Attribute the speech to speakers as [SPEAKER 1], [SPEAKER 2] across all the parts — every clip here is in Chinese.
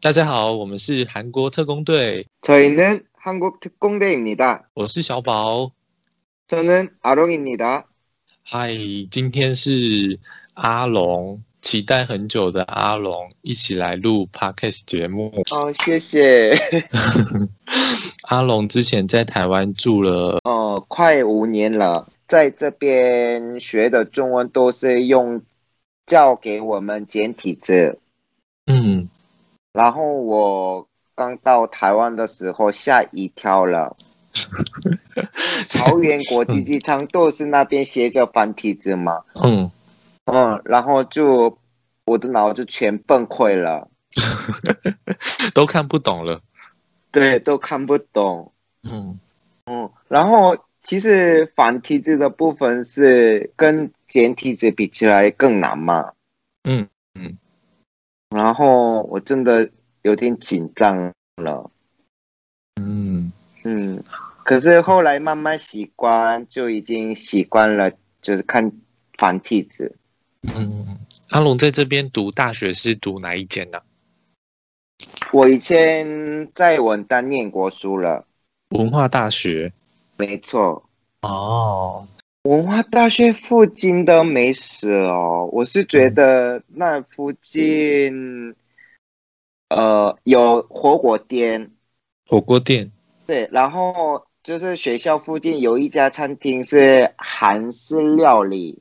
[SPEAKER 1] 大家好，我们是韩国特工队，
[SPEAKER 2] 저희는 한국 특공대입니다.
[SPEAKER 1] 我是小宝。
[SPEAKER 2] 저는 아롱입니다.
[SPEAKER 1] 嗨，今天是阿龙，期待很久的阿龙一起来录 podcast 节目。
[SPEAKER 2] 어, 谢谢.
[SPEAKER 1] 阿龙之前在台湾住了，
[SPEAKER 2] 어, 快 5년了. 在这边学的中文都是用教给我们简体字。
[SPEAKER 1] 嗯，
[SPEAKER 2] 然后我刚到台湾的时候吓一跳了，桃园国际机场都是那边写着繁体字嘛，
[SPEAKER 1] 嗯，
[SPEAKER 2] 嗯，然后就我的脑就全崩溃了，
[SPEAKER 1] 都看不懂了，
[SPEAKER 2] 对，都看不懂。
[SPEAKER 1] 嗯
[SPEAKER 2] 哦然后其实繁体字的部分是跟简体字比起来更难嘛，
[SPEAKER 1] 嗯，
[SPEAKER 2] 然后我真的有点紧张了。
[SPEAKER 1] 嗯，
[SPEAKER 2] 嗯，可是后来慢慢习惯，就已经习惯了，就是看繁体字。
[SPEAKER 1] 嗯，阿龙在这边读大学是读哪一间呢、
[SPEAKER 2] 我以前在文旦念过书了，
[SPEAKER 1] 文化大学。
[SPEAKER 2] 没错，
[SPEAKER 1] 哦，
[SPEAKER 2] 文化大学附近的美食哦，我是觉得那附近，呃，有火锅店，
[SPEAKER 1] 火锅店，
[SPEAKER 2] 对，然后就是学校附近有一家餐厅是韩式料理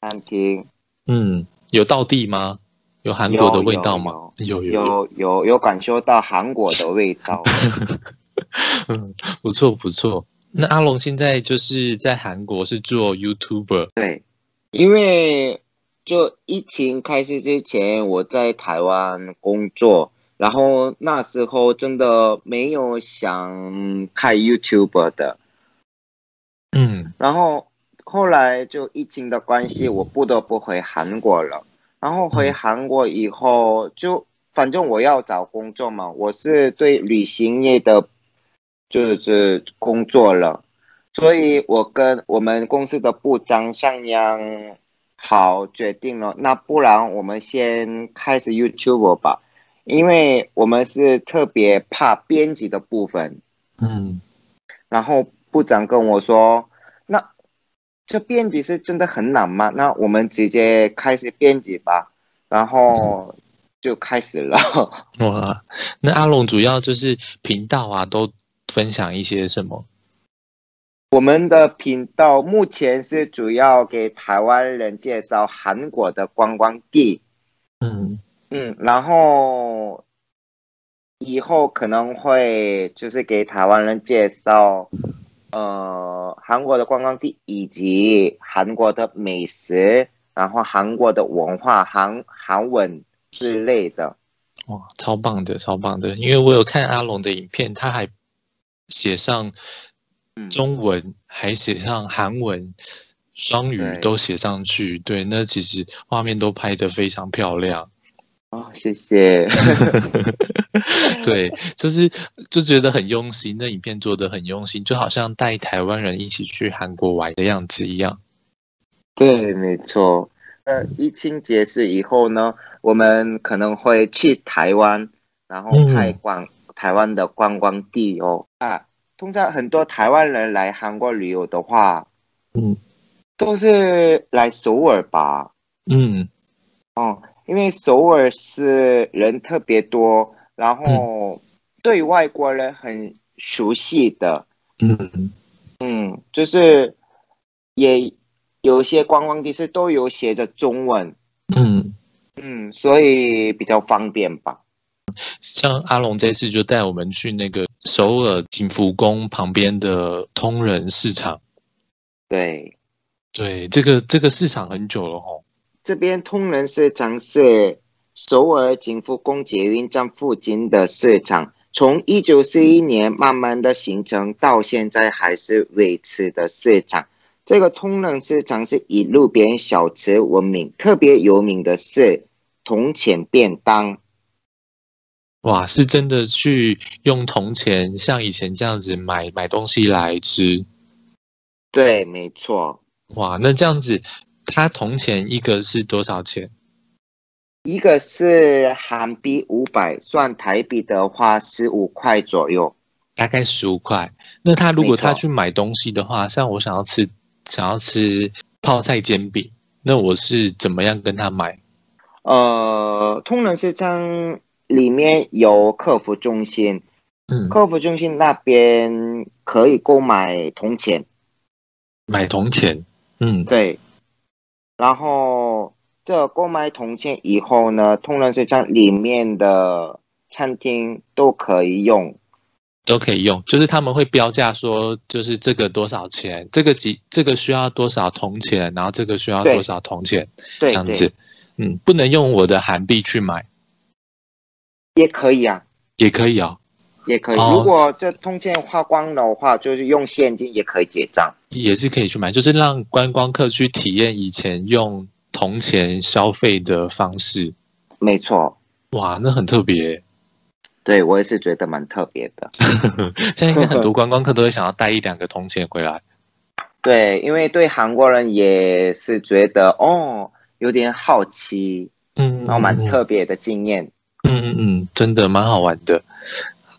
[SPEAKER 2] 餐厅。
[SPEAKER 1] 嗯，有道地吗？有韩国的味道吗？有
[SPEAKER 2] 有有有感受到韩国的味道。
[SPEAKER 1] 嗯， 不错不错。那阿龙现在就是在韩国是做 YouTuber，
[SPEAKER 2] 对，因为就疫情开始之前，我在台湾工作，然后那时候真的没有想开 YouTube 的，
[SPEAKER 1] 嗯
[SPEAKER 2] 然后后来就疫情的关系，我不得不回韩国了。然后回
[SPEAKER 1] 嗯
[SPEAKER 2] 韩国以后，就反正我要找工作嘛，我是对旅行业的就是工作了，所以我跟我们公司的部长商量好决定了，那不然我们先开始 YouTube 吧，因为我们是特别怕编辑的部分。
[SPEAKER 1] 嗯
[SPEAKER 2] 然后部长跟我说：“那这编辑是真的很难吗？那我们直接开始编辑吧。”然后就开始了。
[SPEAKER 1] 哇，那阿龙主要就是频道啊，都分享一些什么？
[SPEAKER 2] 我们的频道目前是主要给台湾人介绍韩国的观光地，
[SPEAKER 1] 嗯
[SPEAKER 2] 嗯，然后以后可能会就是给台湾人介绍，呃，韩国的观光地以及韩国的美食，然后韩国的文化、韩韩文之类的。
[SPEAKER 1] 哇，超棒的，超棒的！因为我有看阿龙的影片，他还写上
[SPEAKER 2] 嗯
[SPEAKER 1] 中文，还写上韩文，双语
[SPEAKER 2] 对
[SPEAKER 1] 都写上去。对，那其实画面都拍得非常漂亮。
[SPEAKER 2] 哦，谢谢。
[SPEAKER 1] 对，就是就觉得很用心，那影片做的很用心，就好像带台湾人一起去韩国玩的样子一样。
[SPEAKER 2] 对，没错。呃，疫情结束以后呢，我们可能会去台湾，然后
[SPEAKER 1] 嗯
[SPEAKER 2] 拍观、台湾的观光地哦。啊，通常很多台湾人来韩国旅游的话，
[SPEAKER 1] 嗯
[SPEAKER 2] 都是来首尔吧？
[SPEAKER 1] 嗯
[SPEAKER 2] 哦，因为首尔是人特别多，然后对外国人很熟悉的。
[SPEAKER 1] 嗯
[SPEAKER 2] 嗯，就是也有些观光地是都有写着中文。
[SPEAKER 1] 嗯，
[SPEAKER 2] 嗯，所以比较方便吧。
[SPEAKER 1] 像阿龙这次就带我们去那个首尔景福宫旁边的通仁市场。
[SPEAKER 2] 对，
[SPEAKER 1] 对，这个这个市场很久了吼。
[SPEAKER 2] 这边通仁市场是首尔景福宫捷运站附近的市场，从一九四一年慢慢的形成，到现在还是维持的市场。这个通仁市场是以路边小吃闻名，特别有名的是铜钱便当。
[SPEAKER 1] 哇，是真的去用铜钱像以前这样子买买东西来吃。
[SPEAKER 2] 对，没错，
[SPEAKER 1] 哇，那这样子，它铜钱一个是多少钱？
[SPEAKER 2] 一个是韩币五百，算台币的话十五块左右。
[SPEAKER 1] 大概十五块。那他如果
[SPEAKER 2] 没错
[SPEAKER 1] 他去买东西的话，像我想要吃想要吃泡菜煎饼，那我是怎么样跟他买？
[SPEAKER 2] 呃，通常是将里面有客服中心，
[SPEAKER 1] 嗯，
[SPEAKER 2] 客服中心那边可以购买铜钱，
[SPEAKER 1] 买铜钱。嗯
[SPEAKER 2] 对。然后这购买铜钱以后呢，通常是将里面的餐厅都可以用。
[SPEAKER 1] 都可以用，就是他们会标价说，就是这个多少钱，这个几这个需要多少铜钱，然后这个需要
[SPEAKER 2] 对
[SPEAKER 1] 多少铜钱，这
[SPEAKER 2] 对
[SPEAKER 1] 样
[SPEAKER 2] 对
[SPEAKER 1] 子，。嗯，不能用我的韩币去买，
[SPEAKER 2] 也可以啊，
[SPEAKER 1] 也可以哦，
[SPEAKER 2] 也可以。
[SPEAKER 1] 哦
[SPEAKER 2] 如果这铜钱花光的话，就是用现金也可以结账。
[SPEAKER 1] 也是可以去买，就是让观光客去体验以前用铜钱消费的方式。
[SPEAKER 2] 没错，
[SPEAKER 1] 哇，那很特别欸耶。
[SPEAKER 2] 对我也是觉得蛮特别的。
[SPEAKER 1] 现在应该很多观光客都会想要带一两个铜钱回来。
[SPEAKER 2] 对，因为对韩国人也是觉得哦，有点好奇，
[SPEAKER 1] 嗯，
[SPEAKER 2] 然后蛮特别的经验。
[SPEAKER 1] 嗯嗯嗯，真的蛮好玩的。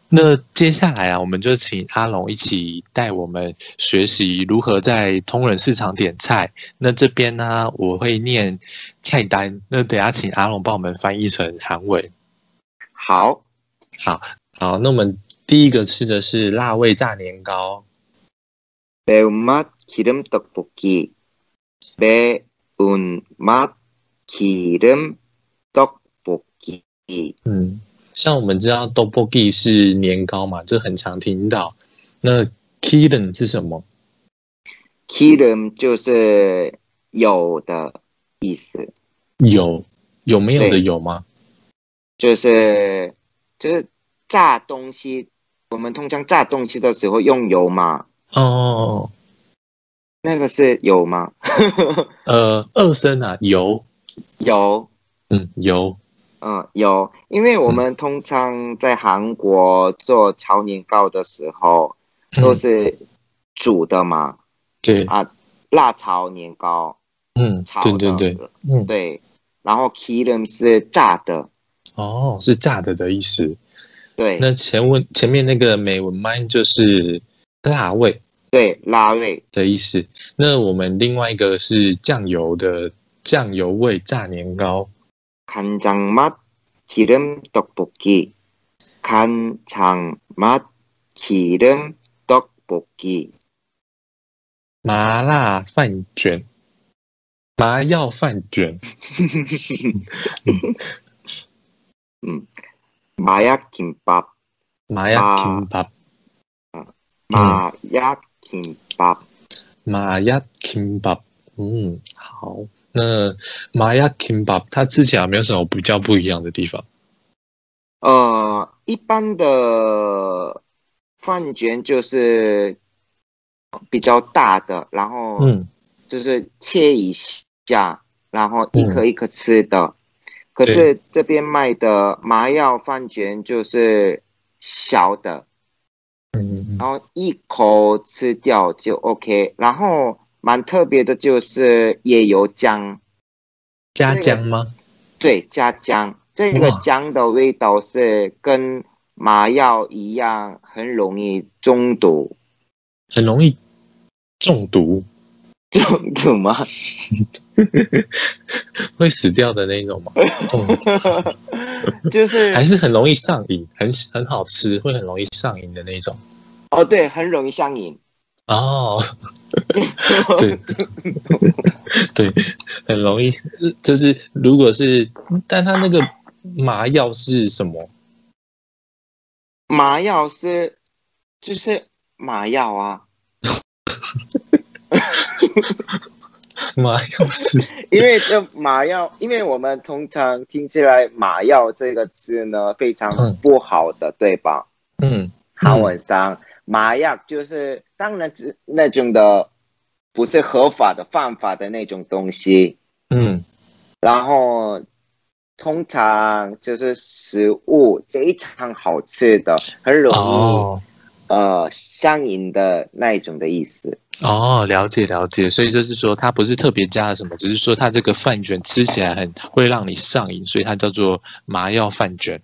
[SPEAKER 1] 那接下来啊，我们就请阿龙一起带我们学习如何在通人市场点菜。那这边呢、我会念菜单，那等一下请阿龙帮我们翻译成韩文。
[SPEAKER 2] 好，
[SPEAKER 1] 好，那我们第一个吃的是辣味炸年糕，
[SPEAKER 2] 매운맛 기름 떡볶이, 매운맛 기름 떡볶이.
[SPEAKER 1] 嗯，像我们知道 d o b o g i 是年糕嘛，这很常听到。那 Kiren 是什么？
[SPEAKER 2] 기름 就是有的意思，
[SPEAKER 1] 有有没有的
[SPEAKER 2] 对
[SPEAKER 1] 有吗？
[SPEAKER 2] 就是就是炸东西，我们通常炸东西的时候用油嘛，
[SPEAKER 1] 哦，
[SPEAKER 2] 那个是油吗？
[SPEAKER 1] 呃，二声啊，油，
[SPEAKER 2] 油。
[SPEAKER 1] 嗯，油，
[SPEAKER 2] 嗯，有，因为我们通常在韩国做炒年糕的时候都是煮的嘛，
[SPEAKER 1] 嗯对，
[SPEAKER 2] 啊，辣炒年糕
[SPEAKER 1] 嗯，
[SPEAKER 2] 炒
[SPEAKER 1] 对
[SPEAKER 2] 的，
[SPEAKER 1] 对对，嗯，
[SPEAKER 2] 对然后 kirim 是炸的，
[SPEAKER 1] 哦，是炸的的意思。
[SPEAKER 2] 对
[SPEAKER 1] 那前文前面那个美文麦就是辣味
[SPEAKER 2] 对，拉味，
[SPEAKER 1] 的意思。那我们另外一个是酱油的酱油味炸年糕，
[SPEAKER 2] 간장맛 기름 떡볶이, 간장맛 기름 떡볶이,
[SPEAKER 1] 麻辣饭卷，麻药饭卷，
[SPEAKER 2] 음, 마약 김밥,
[SPEAKER 1] 麻药
[SPEAKER 2] 麻
[SPEAKER 1] 김밥， 嗯
[SPEAKER 2] 마약 김밥.
[SPEAKER 1] 麻辣 kimbap，嗯，好。那麻辣 kimbap 它吃起来有没有什么比较不一样的地方？
[SPEAKER 2] 呃，一般的饭卷就是比较大的，然后
[SPEAKER 1] 嗯，
[SPEAKER 2] 就是切一下，然后一
[SPEAKER 1] 嗯
[SPEAKER 2] 颗一颗吃的。可
[SPEAKER 1] 对
[SPEAKER 2] 是这边卖的麻药饭卷就是小的，
[SPEAKER 1] 嗯，
[SPEAKER 2] 然后一口吃掉就 OK。然后蛮特别的就是也有姜，
[SPEAKER 1] 加
[SPEAKER 2] 这个
[SPEAKER 1] 姜吗？
[SPEAKER 2] 对，加姜。这个
[SPEAKER 1] 哇
[SPEAKER 2] 姜的味道是跟麻药一样，很容易中毒。
[SPEAKER 1] 很容易中毒，
[SPEAKER 2] 中毒吗？
[SPEAKER 1] 会死掉的那种吗？中 毒
[SPEAKER 2] 就是
[SPEAKER 1] 还是很容易上瘾，很很好吃，会很容易上瘾的那种。
[SPEAKER 2] 哦，对，很容易上瘾。
[SPEAKER 1] 哦，对，对，很容易，就是如果是，但它那个麻药是什么？
[SPEAKER 2] 麻药是就是麻药啊，
[SPEAKER 1] 麻药是
[SPEAKER 2] 因为这麻药，因为我们通常听起来麻药这个字呢非常
[SPEAKER 1] 嗯
[SPEAKER 2] 不好的，对吧？
[SPEAKER 1] 嗯，
[SPEAKER 2] 韩文上，麻药就是当然只那种的，不是合法的、犯法的那种东西。
[SPEAKER 1] 嗯，
[SPEAKER 2] 然后通常就是食物非常好吃的，很容易
[SPEAKER 1] 哦，
[SPEAKER 2] 呃相应的那一种的意思。
[SPEAKER 1] 哦，了解了解，所以就是说它不是特别加了什么，只是说它这个饭卷吃起来很会让你上瘾，所以它叫做麻药饭卷。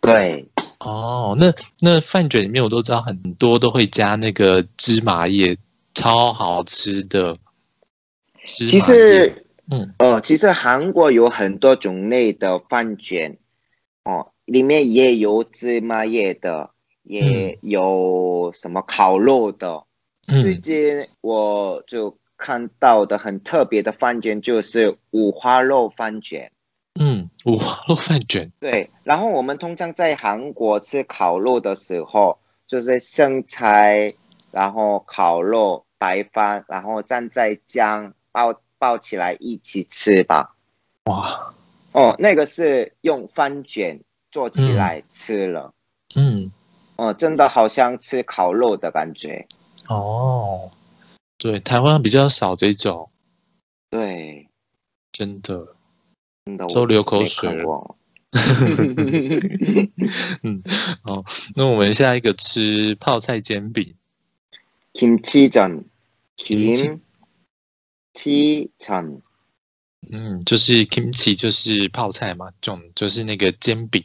[SPEAKER 2] 对，
[SPEAKER 1] 哦，那那饭卷里面我都知道很多都会加那个芝麻叶，超好吃的。芝麻
[SPEAKER 2] 其
[SPEAKER 1] 叶
[SPEAKER 2] 实
[SPEAKER 1] 嗯，
[SPEAKER 2] 呃，其实韩国有很多种类的饭卷，哦，里面也有芝麻叶的，也有什么烤肉的。
[SPEAKER 1] 嗯
[SPEAKER 2] 最
[SPEAKER 1] 嗯，
[SPEAKER 2] 近我就看到的很特别的饭卷就是五花肉饭卷。
[SPEAKER 1] 嗯，五花肉饭卷，
[SPEAKER 2] 对，然后我们通常在韩国吃烤肉的时候，就是生菜，然后烤肉、白饭，然后蘸在姜包包起来一起吃吧。
[SPEAKER 1] 哇，
[SPEAKER 2] 哦，那个是用番卷做起来吃了，
[SPEAKER 1] 嗯，
[SPEAKER 2] 哦，真的好像吃烤肉的感觉。
[SPEAKER 1] 哦，对，台湾比较少这种，
[SPEAKER 2] 对，
[SPEAKER 1] 真的。
[SPEAKER 2] 真的
[SPEAKER 1] 都
[SPEAKER 2] 我
[SPEAKER 1] 流口
[SPEAKER 2] 没
[SPEAKER 1] 水
[SPEAKER 2] 看
[SPEAKER 1] 了
[SPEAKER 2] 过
[SPEAKER 1] 哦，那我们下一个吃泡菜煎饼，
[SPEAKER 2] 김치전,
[SPEAKER 1] 김치-
[SPEAKER 2] 김치전,
[SPEAKER 1] 嗯，就是 kimchi 就是泡菜嘛，这种就是那个煎饼。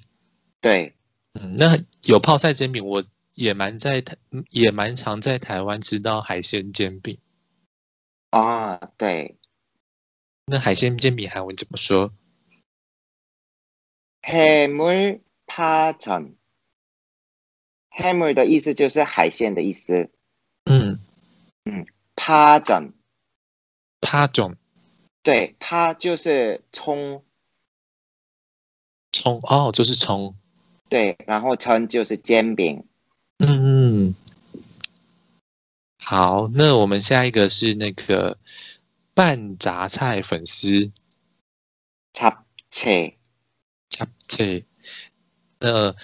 [SPEAKER 2] 对。
[SPEAKER 1] 嗯，那有泡菜煎饼，我也蛮在台，嗯也蛮常在台湾吃到海鲜煎饼。
[SPEAKER 2] 啊，对，
[SPEAKER 1] 那海鲜煎饼韩文怎么说？
[SPEAKER 2] 해물 파전。해물 的意思就是海鲜的意思，
[SPEAKER 1] 嗯，
[SPEAKER 2] 파전
[SPEAKER 1] 파전
[SPEAKER 2] 对，파就是葱，
[SPEAKER 1] 葱哦，就是葱。
[SPEAKER 2] 对，然后전就是煎饼。
[SPEAKER 1] 嗯，嗯，好，那我们下一个是那个拌杂菜粉丝，
[SPEAKER 2] 잡채
[SPEAKER 1] 잡菜，呃，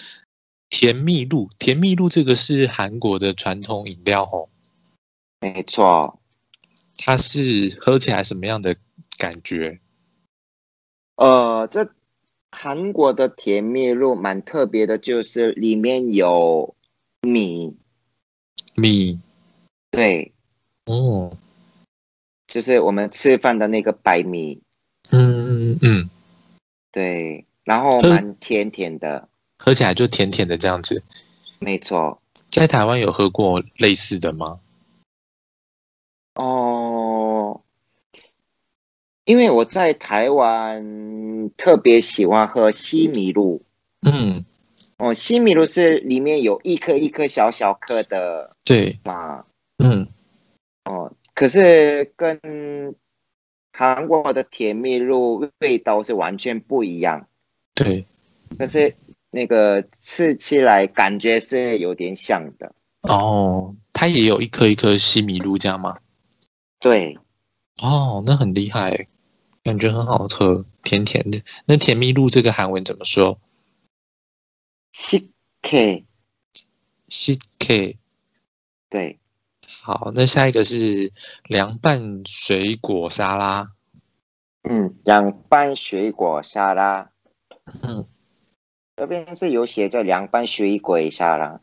[SPEAKER 1] 甜蜜露，甜蜜露这个是韩国的传统饮料哦，
[SPEAKER 2] 没错，
[SPEAKER 1] 它是喝起来什么样的感觉？
[SPEAKER 2] 呃，这韩国的甜蜜露蛮特别的，就是里面有米，
[SPEAKER 1] 米，
[SPEAKER 2] 对，
[SPEAKER 1] 哦，
[SPEAKER 2] 就是我们吃饭的那个白米，
[SPEAKER 1] 嗯嗯嗯，
[SPEAKER 2] 对，然后
[SPEAKER 1] 嗯
[SPEAKER 2] 蛮甜甜的，
[SPEAKER 1] 喝起来就甜甜的这样子。
[SPEAKER 2] 没错。
[SPEAKER 1] 在台湾有喝过类似的吗？
[SPEAKER 2] 哦，因为我在台湾特别喜欢喝西米露。
[SPEAKER 1] 嗯，
[SPEAKER 2] 哦，西米露是里面有一颗一颗小小颗的
[SPEAKER 1] 对，
[SPEAKER 2] 嘛，
[SPEAKER 1] 嗯
[SPEAKER 2] 可是跟韩国的甜蜜露味道是完全不一样。
[SPEAKER 1] 对，
[SPEAKER 2] 可是那个吃起来感觉是有点像的。
[SPEAKER 1] 哦，它也有一颗一颗西米露这样吗？
[SPEAKER 2] 对，
[SPEAKER 1] 哦，那很厉害，感觉很好喝，甜甜的。那甜蜜露这个韩文怎么说
[SPEAKER 2] 식혜，
[SPEAKER 1] ？C K。
[SPEAKER 2] 对，
[SPEAKER 1] 好，那下一个是凉拌水果沙拉。
[SPEAKER 2] 嗯，凉拌水果沙拉。
[SPEAKER 1] 嗯，
[SPEAKER 2] 这边是有写着凉拌水鬼沙拉。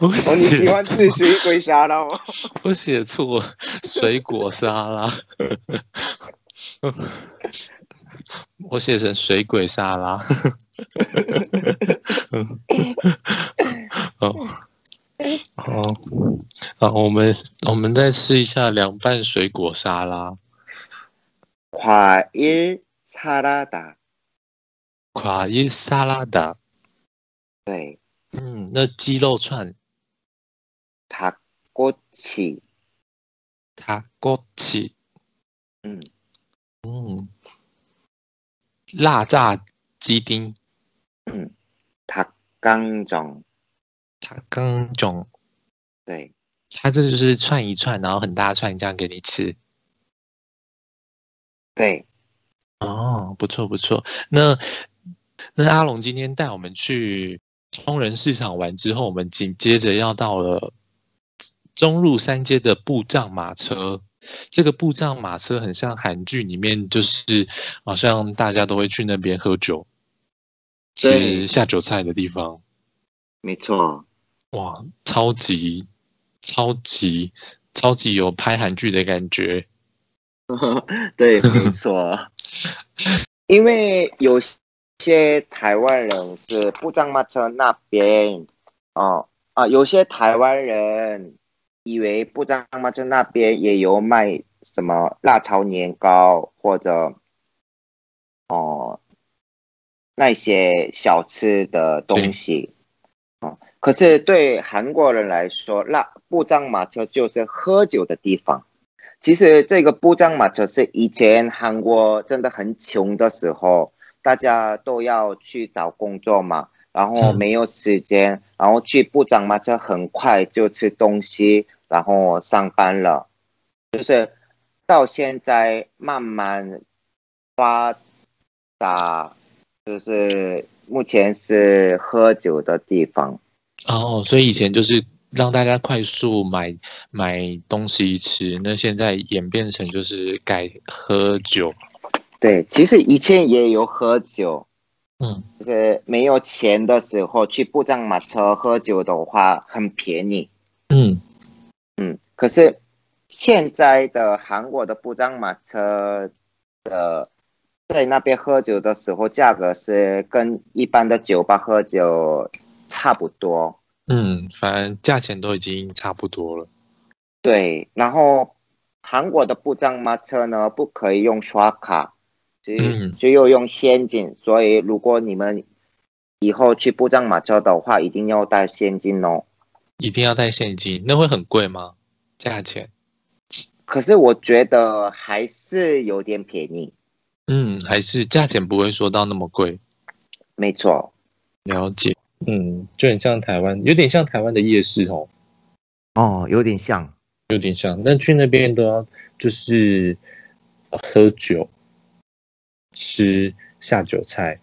[SPEAKER 1] 我
[SPEAKER 2] 哦，你喜
[SPEAKER 1] 写
[SPEAKER 2] 欢吃水鬼沙拉哦吗？
[SPEAKER 1] 我写错，水果沙拉。我写成水鬼沙拉。哦哦好，我们我们再吃一下凉拌水果沙拉。
[SPEAKER 2] 과일 사라다.
[SPEAKER 1] 과일 사라다.
[SPEAKER 2] 对，
[SPEAKER 1] 음, 나鸡肉串,
[SPEAKER 2] 닭꼬치.
[SPEAKER 1] 닭꼬치.
[SPEAKER 2] 嗯，
[SPEAKER 1] 음. 嗯辣炸鸡丁,
[SPEAKER 2] 嗯 닭강정.
[SPEAKER 1] 닭강정.
[SPEAKER 2] 对，
[SPEAKER 1] 它这就是串一串，然后很大串，这样给你吃。
[SPEAKER 2] 对，
[SPEAKER 1] 哦，不错不错。那那阿龙今天带我们去通仁市场玩之后，我们紧接着要到了中路三街的布障马车。这个布障马车很像韩剧里面，就是好像大家都会去那边喝酒、
[SPEAKER 2] 对
[SPEAKER 1] 吃下酒菜的地方。
[SPEAKER 2] 没错，
[SPEAKER 1] 哇，超级超级超级有拍韩剧的感觉。
[SPEAKER 2] 对，没错。 因为有些台湾人是不张马车那边哦啊，有些台湾人以为不张马车那边也有卖什么辣炒年糕或者哦那些小吃的东西。哦，可是对韩国人来说，辣不张马车就是喝酒的地方。其实这个布张马车是以前韩国真的很穷的时候，大家都要去找工作嘛，然后没有时间，然后去布张马车很快就吃东西，然后上班了，就是到现在慢慢发达，就是目前是喝酒的地方。
[SPEAKER 1] 哦，所以以前就是让大家快速买买东西吃，那现在演变成就是改喝酒。
[SPEAKER 2] 对，其实以前也有喝酒，
[SPEAKER 1] 嗯，
[SPEAKER 2] 就是没有钱的时候去布障马车喝酒的话很便宜，
[SPEAKER 1] 嗯，
[SPEAKER 2] 嗯，可是现在的韩国的布障马车的在那边喝酒的时候，价格是跟一般的酒吧喝酒差不多，
[SPEAKER 1] 嗯，反正价钱都已经差不多了。
[SPEAKER 2] 对，然后韩国的布障马车呢不可以用刷卡，只
[SPEAKER 1] 嗯
[SPEAKER 2] 只有用现金，所以如果你们以后去布障马车的话，一定要带现金哦。
[SPEAKER 1] 一定要带现金，那会很贵吗？价钱？
[SPEAKER 2] 可是我觉得还是有点便宜，
[SPEAKER 1] 嗯，还是价钱不会说到那么贵。
[SPEAKER 2] 没错，
[SPEAKER 1] 了解，嗯，就很像台湾，有点像台湾的夜市哦，
[SPEAKER 2] 哦，有点像，
[SPEAKER 1] 有点像。但去那边都要就是呃喝酒、吃下酒菜、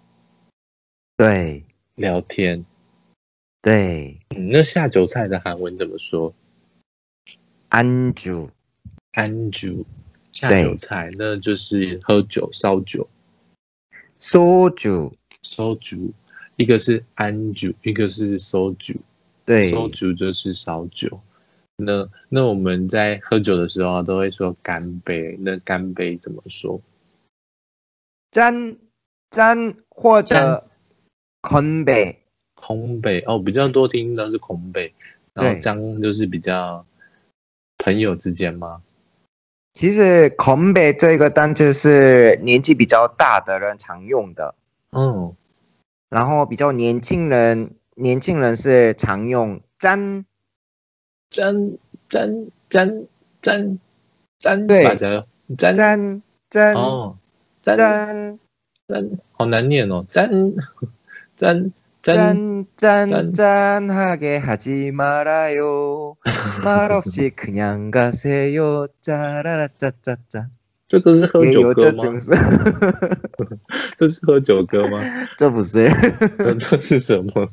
[SPEAKER 2] 对
[SPEAKER 1] 聊天。
[SPEAKER 2] 对，
[SPEAKER 1] 嗯，那下酒菜的韩文怎么说？
[SPEAKER 2] 安主，
[SPEAKER 1] 安酒。下酒菜那就是喝酒、烧酒、
[SPEAKER 2] 소주，
[SPEAKER 1] 烧酒。一个是安酒，一个是烧酒。
[SPEAKER 2] 对
[SPEAKER 1] 烧酒就是烧酒。那那我们在喝酒的时候、啊、都会说干杯，那干杯怎么说？
[SPEAKER 2] 짠 짠或
[SPEAKER 1] 짠
[SPEAKER 2] 者건배，
[SPEAKER 1] 空杯哦，比较多听到是空杯，然后
[SPEAKER 2] 对
[SPEAKER 1] 张就是比较朋友之间嘛。
[SPEAKER 2] 其实건배这个单词是年纪比较大的人常用的，
[SPEAKER 1] 嗯，
[SPEAKER 2] 然后比较年轻人，年轻人是常用짠，
[SPEAKER 1] 沾沾沾沾沾，
[SPEAKER 2] 对
[SPEAKER 1] 大家沾
[SPEAKER 2] 짠 짠
[SPEAKER 1] 哦，沾
[SPEAKER 2] 짠
[SPEAKER 1] 沾，好难念哦，沾 沾沾짠.
[SPEAKER 2] 짠짠짠하게 하지 말아요. 말없이 그냥 가세요. 짜라라짜짜짜.
[SPEAKER 1] 这个是喝酒歌吗？
[SPEAKER 2] 예요저중스.
[SPEAKER 1] 这是喝酒歌 吗？
[SPEAKER 2] 这不是
[SPEAKER 1] 那这是什么？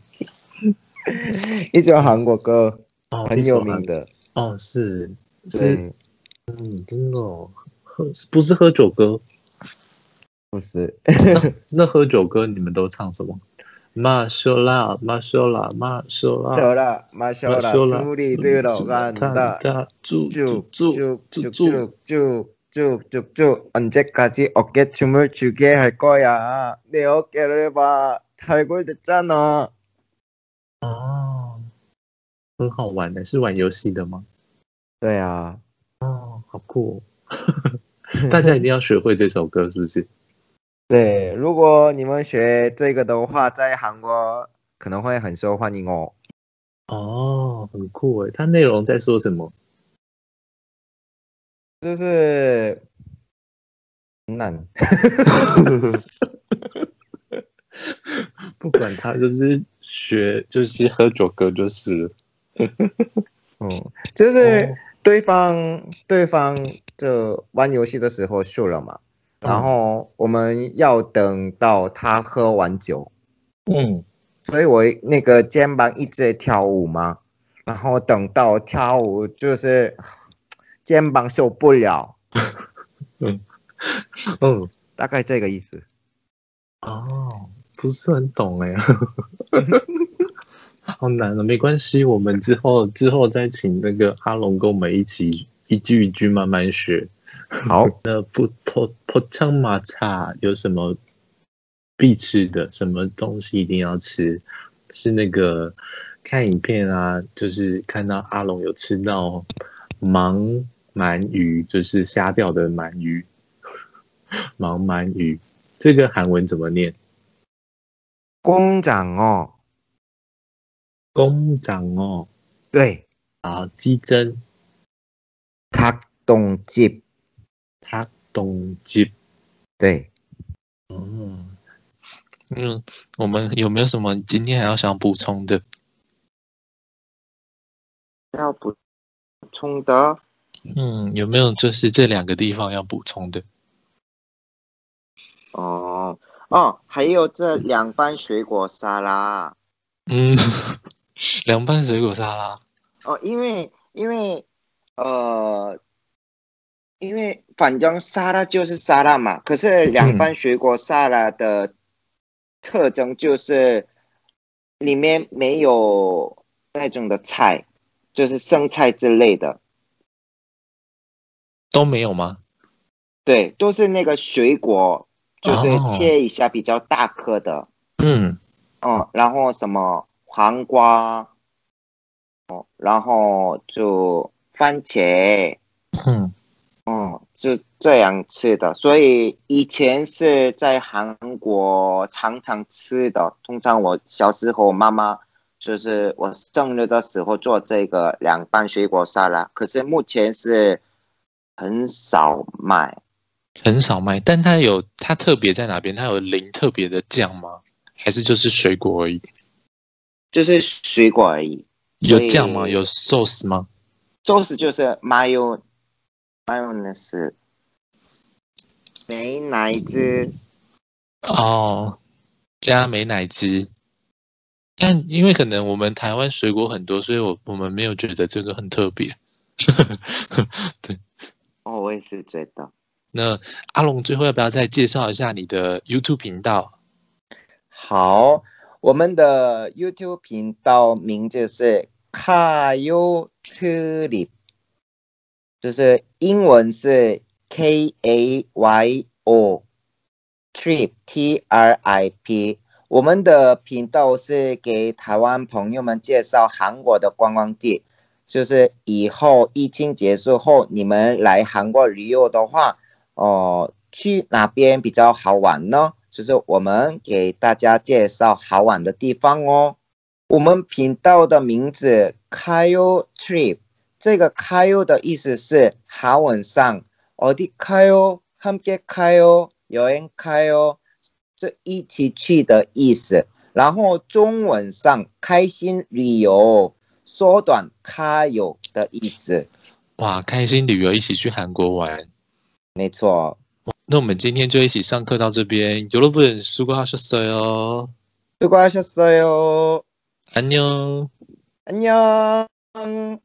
[SPEAKER 2] 一首韩国歌，
[SPEAKER 1] 哦，一首韩
[SPEAKER 2] 很有名的。
[SPEAKER 1] 哦，是是，
[SPEAKER 2] 对，
[SPEAKER 1] 嗯，真的哦，喝不是喝酒歌，
[SPEAKER 2] 不是。
[SPEAKER 1] 那喝酒歌你们都唱什么？马修拉，马修拉，马修
[SPEAKER 2] 아.
[SPEAKER 1] 拉，
[SPEAKER 2] 好了，
[SPEAKER 1] 马
[SPEAKER 2] 马修了，
[SPEAKER 1] 修拉，
[SPEAKER 2] 苏里对了，간다.
[SPEAKER 1] 他住住
[SPEAKER 2] 쭉
[SPEAKER 1] 住
[SPEAKER 2] 쭉
[SPEAKER 1] 쭉, 쭉.
[SPEAKER 2] 쭉쭉 쭉 쭉 쭉 쭉 언제까지 어깨춤을 추게 할 거야? 내 어깨를 봐. 탈골됐잖아.
[SPEAKER 1] 哦，很好玩的，是玩游戏的吗？
[SPEAKER 2] 对啊。
[SPEAKER 1] 哦，好酷、 哦！大家一定要学会这首歌，是不是？
[SPEAKER 2] 对，如果你们学这个的话，在韩国可能会很受欢迎哦。
[SPEAKER 1] 哦，很酷诶，它内容在说什么？
[SPEAKER 2] 就是很难，
[SPEAKER 1] 不管它，就是学，就是喝酒歌，就是了
[SPEAKER 2] 嗯，
[SPEAKER 1] 哦 어.
[SPEAKER 2] 就是对方对方就玩游戏的时候输了嘛，
[SPEAKER 1] 嗯
[SPEAKER 2] 然后我们要等到他喝完酒，
[SPEAKER 1] 嗯，
[SPEAKER 2] 所以我那个肩膀一直跳舞嘛，然后等到跳舞就是肩膀受不了，
[SPEAKER 1] 嗯，
[SPEAKER 2] 大概这个意思。
[SPEAKER 1] 哦，不是很懂哎。欸 好难哦，没关系，我们之后之后再请那个阿龙跟我们一起一句一句慢慢学。
[SPEAKER 3] 好，
[SPEAKER 1] 那不破破枪马叉有什么必吃的？什么东西一定要吃？是那个看影片啊，就是看到阿龙有吃到芒鳗鱼，就是虾钓的鳗鱼， 芒鳗鱼。这个韩文怎么念？
[SPEAKER 3] 工长哦，
[SPEAKER 1] 工长哦，
[SPEAKER 3] 对，
[SPEAKER 1] 啊，鸡胗，
[SPEAKER 3] 닭똥집
[SPEAKER 1] 它东鸡。
[SPEAKER 3] 对，
[SPEAKER 1] 哦，嗯，我们有没有什么今天还要想补充的？
[SPEAKER 2] 要补充的，
[SPEAKER 1] 嗯，有没有就是这两个地方要补充的？
[SPEAKER 2] 哦哦，还有这凉拌水果沙拉。
[SPEAKER 1] 嗯， 凉拌水果沙拉。
[SPEAKER 2] 哦，因为因为呃，因为反正沙拉就是沙拉嘛，可是凉拌水果沙拉的特征就是里面没有那种的菜，就是生菜之类的，
[SPEAKER 1] 都没有吗？
[SPEAKER 2] 对，都是那个水果，就是
[SPEAKER 1] 哦
[SPEAKER 2] 切一下比较大颗的，
[SPEAKER 1] 嗯，
[SPEAKER 2] 嗯，然后什么黄瓜，哦，然后就番茄。
[SPEAKER 1] 嗯，
[SPEAKER 2] 哦，就这样吃的，所以以前是在韩国常常吃的。通常我小时候，妈妈就是我生日的时候做这个凉拌水果沙拉，可是目前是很少卖。
[SPEAKER 1] 很少卖，但它有它特别在哪边？它有淋特别的酱吗？还是就是水果而已？
[SPEAKER 2] 就是水果而已。
[SPEAKER 1] 有
[SPEAKER 2] 所以
[SPEAKER 1] 酱吗？有 sauce 吗？
[SPEAKER 2] 寿司就是 mayo mayonnaise 美乃滋，
[SPEAKER 1] 哦，加美乃滋。但因为可能我们台湾水果很多，所以我我们没有觉得这个很特别。对，
[SPEAKER 2] 哦，我也是觉得。
[SPEAKER 1] 那阿龙最后要不要再介绍一下你的 YouTube 频道？
[SPEAKER 2] 好，我们的 YouTube 频道名字是 Kayo Trip，就是英文是 K A Y O Trip T R I P。我们的频道是给台湾朋友们介绍韩国的观光地，就是以后疫情结束后，你们来韩国旅游的话，哦，去哪边比较好玩呢？就是我们给大家介绍好玩的地方哦。我们频道的名字 Kyle Trip，这个 Kyle 的意思是韩文上어디 Kyle 함께 Kyle 여행 Kyle，这一起去的意思。然后中文上开心旅游，缩短 Kyle 的意思，
[SPEAKER 1] 哇，开心旅游，一起去韩国玩。
[SPEAKER 2] 没错。
[SPEAKER 1] 那我们今天就一起上课到这边。여러분수고하셨어요
[SPEAKER 2] 수고하셨어요.
[SPEAKER 1] 안녕.
[SPEAKER 2] 안녕.